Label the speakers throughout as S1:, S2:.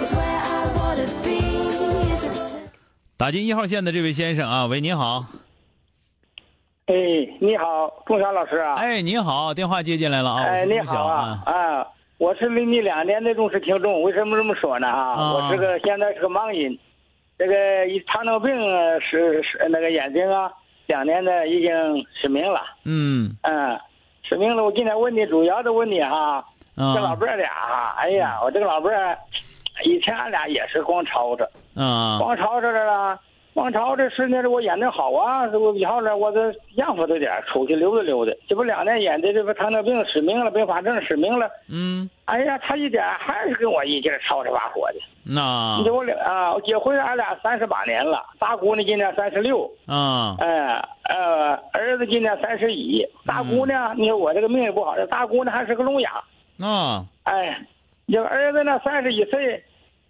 S1: is where I wanna be. Is
S2: 打进一号线的这位先生啊，喂，您好，
S3: 哎，你好，钟晓老师啊！
S2: 哎，您好，电话接进来了啊，我
S3: 哎，
S2: 是
S3: 你
S2: 陆晓
S3: 好啊！啊，我是离你两年的忠实听众，为什么这么说呢？啊，
S2: 啊
S3: 我是个现在是个盲人，这个一糖尿病呃是是那个眼睛啊，两年的已经失明了，
S2: 嗯，
S3: 嗯，失明了。我今天问你，主要的问你啊，
S2: 啊
S3: 这老伴儿俩啊，哎呀，我这个老伴儿，以前俺俩也是光吵着，
S2: 啊，
S3: 光吵着了，光吵着是那是我眼睛好啊，这我以后呢，我这让着点儿出去溜达溜达。这不两年眼睛这不糖尿病失明了，并发症失明了。
S2: 嗯，
S3: 哎呀，他一点还是跟我一劲儿吵吵巴火的。
S2: 那
S3: 你说我俩啊，我结婚俺俩三十八年了，大姑娘今年三十六，
S2: 啊，
S3: 哎呃，儿子今年三十一。大姑娘，你说我这个命也不好，这大姑娘还是个聋哑。
S2: 那
S3: 哎，这个儿子呢，三十一岁，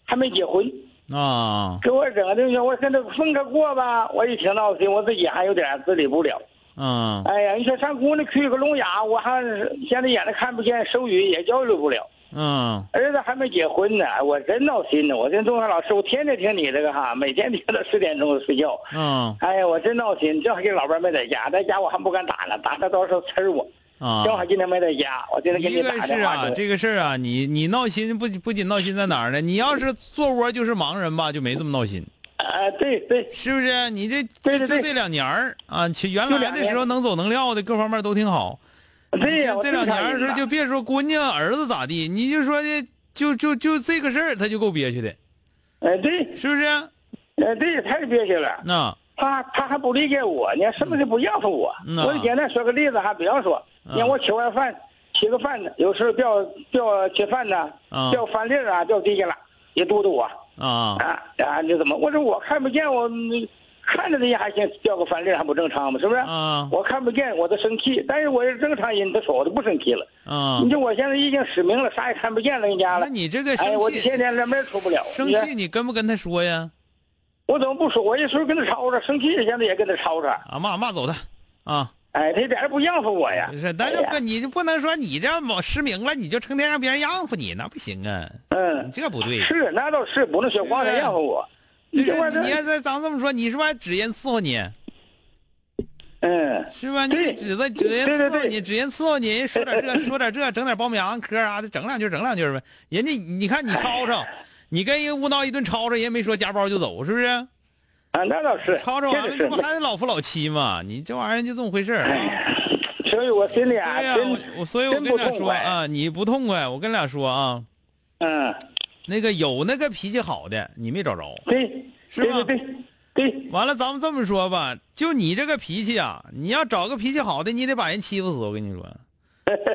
S3: 还没结婚。
S2: 那
S3: 给我整的，我现在分开过吧。我一挺闹心，我自己还有点自理不了。
S2: 嗯。
S3: 哎呀，你说上姑娘去个聋哑，我还是现在眼睛看不见，手语也交流不了。
S2: 嗯
S3: 儿子还没结婚呢，我真闹心呢。我跟钟汉老师，我天天听你这个哈，每天听到十点钟睡觉。
S2: 嗯
S3: 哎呀，我真闹心，正好这老伴没在家，在家我还不敢打呢，打他到时候呲我。
S2: 啊，
S3: 正好今天没在家，我今天给
S2: 一
S3: 你
S2: 个
S3: 打
S2: 是
S3: 电话
S2: 啊，
S3: 去。
S2: 这个事儿啊，你你闹心不不仅闹心在哪儿呢？你要是做窝就是盲人吧，就没这么闹心，
S3: 哎，对对，
S2: 是不是？你这
S3: 对对对
S2: 就这两年儿啊，其原
S3: 就
S2: 来
S3: 两
S2: 的时候
S3: 年
S2: 能走能撂的，各方面都挺好。
S3: 对呀，
S2: 像
S3: 我
S2: 这两年
S3: 最讨厌
S2: 儿的时候，
S3: 了
S2: 就别说姑娘儿子咋地，你就说的就就就这个事儿，他就够憋屈的，
S3: 哎对，
S2: 是不是？
S3: 哎对，太憋屈了。
S2: 那
S3: 他他还不理解我呢，什么都不让着我。
S2: 嗯
S3: 我就简单说个例子哈，比方说，
S2: 嗯
S3: 你让我吃完饭，吃个饭呢，有时候掉掉吃饭呢
S2: 嗯，
S3: 掉饭粒儿啊，掉地下了，也嘟嘟我
S2: 啊
S3: 啊啊，你怎么？我说我看不见，我你看着那些还行，掉个饭粒儿还不正常吗？是不是？
S2: 啊
S3: 我看不见，我都生气，但是我是正常人，他说我都不生气了。
S2: 啊
S3: 你，说我现在已经失明了，啥也看不见了，人家
S2: 那
S3: 了。
S2: 你这个
S3: 哎，我
S2: 生气
S3: 天天连门儿出不了。
S2: 生
S3: 你看
S2: 气，你跟不跟他说呀？
S3: 我怎么不说？我有时候跟他吵吵，生气现在也跟他吵吵。
S2: 啊，骂骂走他啊。
S3: 哎，他一点儿不让着我 呀。
S2: 不是，但是
S3: 哎呀
S2: 不，你就不能说你这某失明了，你就成天让别人让扶你，那不行啊，你
S3: 嗯，
S2: 这不对。
S3: 是，那倒是不能学光山让和我。
S2: 就
S3: 你这玩意
S2: 是你要
S3: 儿，
S2: 是咱这么说，你是不是还指人伺候你？
S3: 嗯，
S2: 是吧？你
S3: 对
S2: 指着指人
S3: 对对
S2: 伺候你，
S3: 对
S2: 指人伺候你，人说点这，说点这，整点苞米羊壳啥的，整两句，整两句呗。人家你
S3: 哎
S2: 看你吵吵，你跟人屋闹一顿吵吵，人家没说夹包就走，是不是？
S3: 啊，那倒是，
S2: 吵吵
S3: 确
S2: 完了，
S3: 实
S2: 这不
S3: 是。
S2: 还得老夫老妻嘛？你这玩意儿就这么回事儿。
S3: 所以我心里啊，
S2: 对呀，
S3: 真
S2: 我我所以我跟
S3: 真不
S2: 俩
S3: 痛
S2: 说
S3: 快。
S2: 啊，你不痛快，我跟俩说啊，
S3: 嗯，
S2: 那个有那个脾气好的，你没找着。
S3: 对，
S2: 是吧
S3: 对对对对，
S2: 完了，咱们这么说吧，就你这个脾气啊，你要找个脾气好的，你得把人欺负死。我跟你说，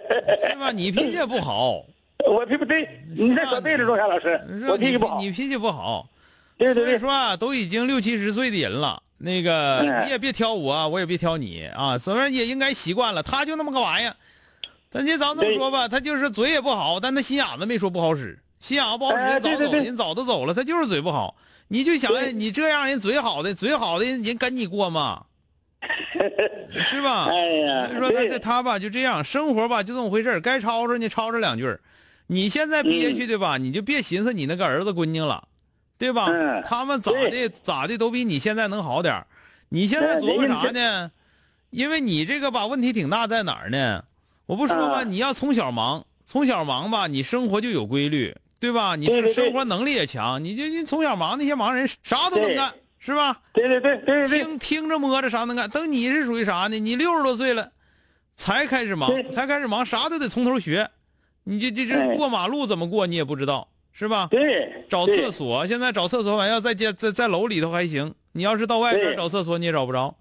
S2: 是吧？你脾气也不好，
S3: 我这不对，你再说对了，钟霞老师
S2: 是，吧
S3: 我脾气不好
S2: 你，你脾气不好。
S3: 对
S2: 所
S3: 对
S2: 以
S3: 对，
S2: 说啊，都已经六七十岁的人了，那个
S3: 嗯
S2: 你也别挑我，我也别挑你啊，所以说也应该习惯了。他就那么个玩意儿，咱就咱这么
S3: 对
S2: 说吧，他就是嘴也不好，但他心眼子没说不好使，心眼子不好使，
S3: 哎
S2: 人早
S3: 对对
S2: 走，
S3: 对
S2: 人早都走了，他就是嘴不好。你就想
S3: 对
S2: 你这样人嘴好的，嘴好的人人跟你过 吗？是吧？
S3: 哎呀
S2: 所以，说但是
S3: 对，
S2: 他吧就这样，生活吧就这么回事儿该吵吵你吵吵两句儿你现在憋屈的吧，你就别寻思你那个儿子闺女了，对吧？
S3: 嗯
S2: 他们咋的
S3: 对
S2: 咋的都比你现在能好点儿你现在琢磨啥
S3: 对人
S2: 呢？因为你这个吧问题挺大，在哪儿呢？我不说吧，
S3: 啊
S2: 你要从小忙，从小忙吧，你生活就有规律，对吧？你
S4: 对
S2: 是
S4: 对对
S2: 生活能力也强，你就你从小忙那些盲人啥都能
S4: 对
S2: 干，是吧？
S4: 对对对对对对
S2: 听听着摸着啥能干。等你是属于啥呢？你六十多岁了，才开始忙
S4: 对，
S2: 才开始忙，啥都得从头学。你这这这
S4: 哎
S2: 过马路怎么过你也不知道，是吧？
S4: 对，
S2: 找厕所，现在找厕所，反正要在家在在楼里头还行，你要是到外边
S4: 对
S2: 找厕所你也找不着，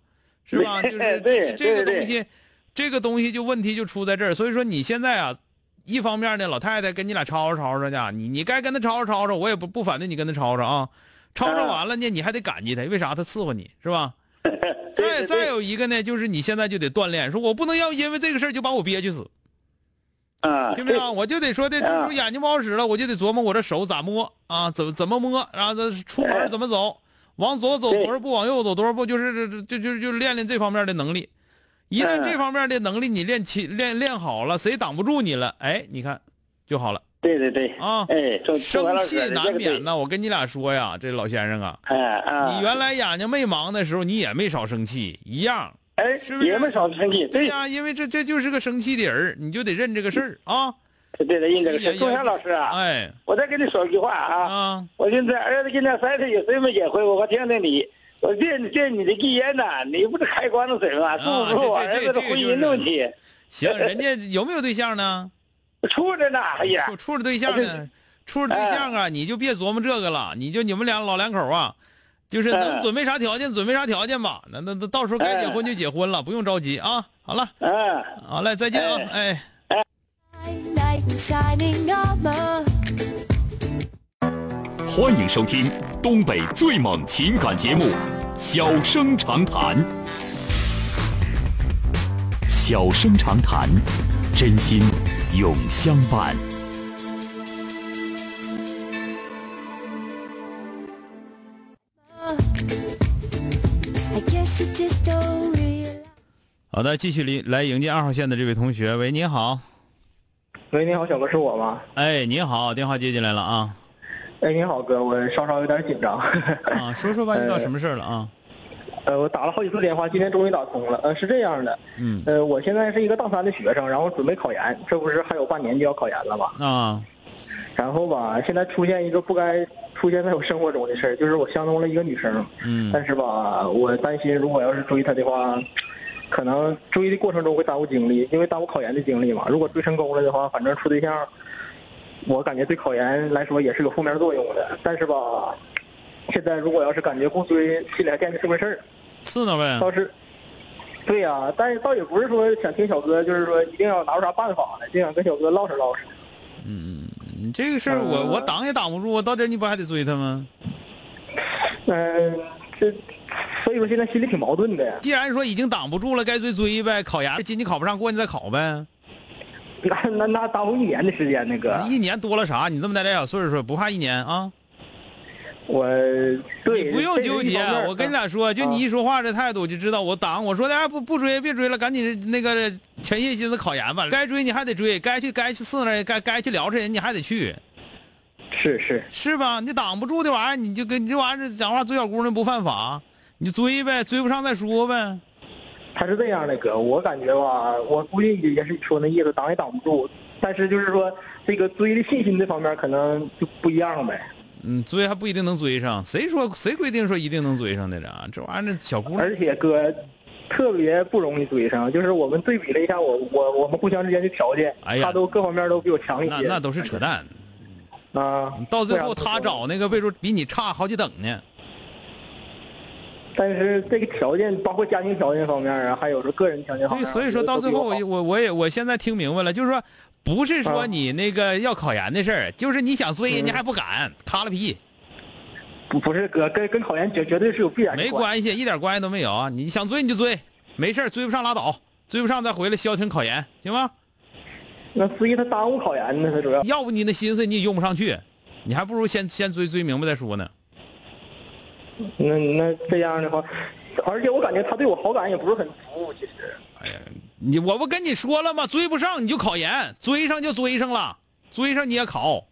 S2: 是吧？就
S4: 对
S2: 是
S4: 对
S2: 这这
S4: 对
S2: 个
S4: 对
S2: 东西，这个东西就问题就出在这儿。所以说你现在啊，一方面呢，老太太跟你俩吵吵吵吵去，你你该跟她吵吵吵吵，我也不不反对你跟她吵吵啊。吵吵完了呢，你还得感激她，为啥她伺候你 是吧？
S4: 对
S2: 再
S4: 对
S2: 再有一个呢，就是你现在就得锻炼，说我不能要因为这个事儿就把我憋屈死。
S4: 啊，
S2: 听没着？我就得说这这
S4: 啊
S2: 这眼睛不好使了，我就得琢磨我这手咋摸啊，怎么怎么摸，然后这出门怎么走，往左走
S4: 对
S2: 多少步，往右走多少步，就是这这就就就练练这方面的能力。一旦
S4: 嗯
S2: 这方面的能力你练起练练好了，谁挡不住你了？哎，你看就好了。
S4: 对对对
S2: 啊
S4: 哎，郑郑
S2: 生
S4: 老师
S2: 气难免
S4: 呐，
S2: 呐，我跟你俩说呀，这老先生啊，
S4: 哎啊，
S2: 你原来眼睛没盲的时候，你也没少生气，一样。
S4: 哎
S2: 是不是
S4: 也没少生气，对
S2: 呀、因为这这就是个生气的人儿，你就得认这个事儿啊。
S4: 对的，印这个
S2: 也
S4: 事。
S2: 也
S4: 仲夏老师啊，
S2: 哎
S4: 我再跟你说句话啊，
S2: 啊，
S4: 我现在儿子今年三十一岁没结婚，我听听你。我借你借你的吉言呐，你不是开光的水吗？祝
S2: 啊
S4: 福我
S2: 这
S4: 儿
S2: 这
S4: 子
S2: 这
S4: 的
S2: 这
S4: 婚
S2: 就是
S4: 姻问题，
S2: 行，人家有没有对象呢？
S4: 处着呢。哎呀
S2: 处，处着对象呢，处着对象啊，你就别琢磨这个了，你就你们俩老两口啊，就是能
S4: 哎
S2: 准备啥条件准备啥条件吧，那那那到时候该结婚就结婚了，不用着急啊。好了，
S4: 嗯。
S2: 好嘞，再见啊，哎。
S5: Night shining armor.
S6: 欢迎收听东北最猛情感节目《小生长谈》。小生长谈，真心永相伴。
S5: I guess you just don't realize.
S2: 好的，继续来来迎接二号线的这位同学，喂，你好，
S3: 喂，你好，小哥是我吗？
S2: 哎，你好，电话接进来了啊，
S3: 哎，你好，哥，我稍稍有点紧张。
S2: 啊，说说吧，遇到什么事儿了啊？
S3: 呃，我打了好几次电话，今天终于打通了。呃，是这样的，
S2: 嗯，
S3: 呃，我现在是一个大三的学生，然后准备考研，这不是还有半年就要考研了吗？
S2: 啊，
S3: 然后吧，现在出现一个不该出现在我生活中的事儿，就是我相中了一个女生，
S2: 嗯，
S3: 但是吧，我担心如果要是追她的话，可能追的过程中会耽误精力，因为耽误考研的精力嘛。如果追成功了的话，反正处对象，我感觉对考研来说也是有负面作用的。但是吧，现在如果要是感觉不追，心里还惦记是回事儿，
S2: 刺挠呗，
S3: 倒是。对呀、但是倒也不是说想听小哥，就是说一定要拿出啥办法来，就想跟小哥唠扯唠扯。
S2: 嗯，你这个事儿我我挡也挡不住，我到这儿你不还得追他吗？
S3: 嗯、这所以说现在心里挺矛盾的。
S2: 既然说已经挡不住了，该追追呗。考研，今年考不上，过年再考呗。
S3: 那那那耽误一年的时间呢，哥。
S2: 一年多了啥？你这么大点小岁数，不怕一年啊？
S3: 我对
S2: 你不用纠结。啊我跟你
S3: 俩
S2: 俩说，就你一说话这态度，我就知道我挡。我说的，哎，不不追，别追了，赶紧那个沉下心思考研吧。该追你还得追，该去该去试那，该该去聊这人你还得去，
S3: 是是
S2: 是吧？你挡不住这玩意儿，你就跟你这玩意儿讲话追小姑娘不犯法，你就追呗，追不上再说呗。
S3: 他是这样的哥，我感觉吧，我估计也是你说那意思，挡也挡不住。但是就是说，这个追的信心这方面可能就不一样呗。
S2: 嗯，追还不一定能追上，谁说谁规定说一定能追上的了？这玩意儿小姑娘
S3: 而且哥，特别不容易追上。就是我们对比了一下我我我们互相之间的条件，
S2: 哎呀
S3: 他都各方面都比我强一些。
S2: 那那都是扯淡。
S3: 啊！
S2: 到最
S3: 为啥
S2: 后
S3: 不
S2: 他
S3: 说
S2: 找那个备注比你差好几等呢。
S3: 但是这个条件，包括家庭条件方面啊，还有说个人条件方
S2: 对，
S3: 面啊，
S2: 所以说
S3: 我觉得
S2: 到
S3: 都
S2: 最
S3: 比
S2: 后
S3: 我好
S2: 我我我也我现在听明白了，就是说不是说
S3: 啊
S2: 你那个要考研的事儿，就是你想追人家还不敢，卡了皮，
S3: 不不是哥，跟跟考研绝绝对是有必然的
S2: 没
S3: 关
S2: 关
S3: 系。
S2: 系，一点关系都没有啊。你想追你就追，没事儿追不上拉倒，追不上再回来消停考研，行吗？
S3: 那所以他耽误考研呢，他主要。
S2: 要不你那心思你也用不上去，你还不如先先追追明白再说呢。
S3: 那那这样的话，而且我感觉他对我好感也不是很足，其实。
S2: 你我不跟你说了吗？追不上你就考研，追上就追上了，追上你也考，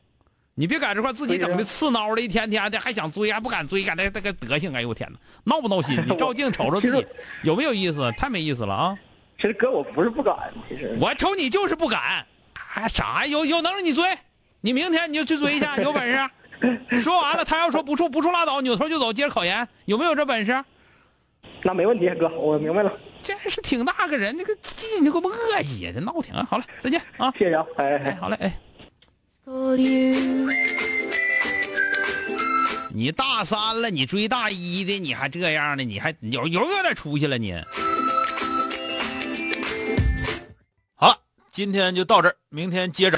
S2: 你别在这块自己整的
S3: 追上
S2: 刺挠的，一天天的还想追还不敢追，敢那那个德行，哎呦我天哪，闹不闹心？你照镜瞅瞅自
S3: 其
S2: 己
S3: 实
S2: 有没有意思？太没意思了啊！
S3: 其实哥，我不是不敢，其实
S2: 啊我瞅你就是不敢，还、啥呀？有有能耐你追，你明天你就去追一下，有本事。啊说完了，他要说不处不处拉倒，扭头就走，接着考研，有没有这本事？
S7: 那没问题，哥，我明白了，
S2: 真是挺大个人，这个这你给我们恶意呀，这闹挺啊。好了，再见啊！
S7: 谢谢啊，哎
S2: 哎，
S7: 哎，
S2: 好嘞，哎，
S1: Called you.
S2: 你大三了，你追大一的，你还这样呢？你还有有有点出息了你。好了，今天就到这儿，明天接着。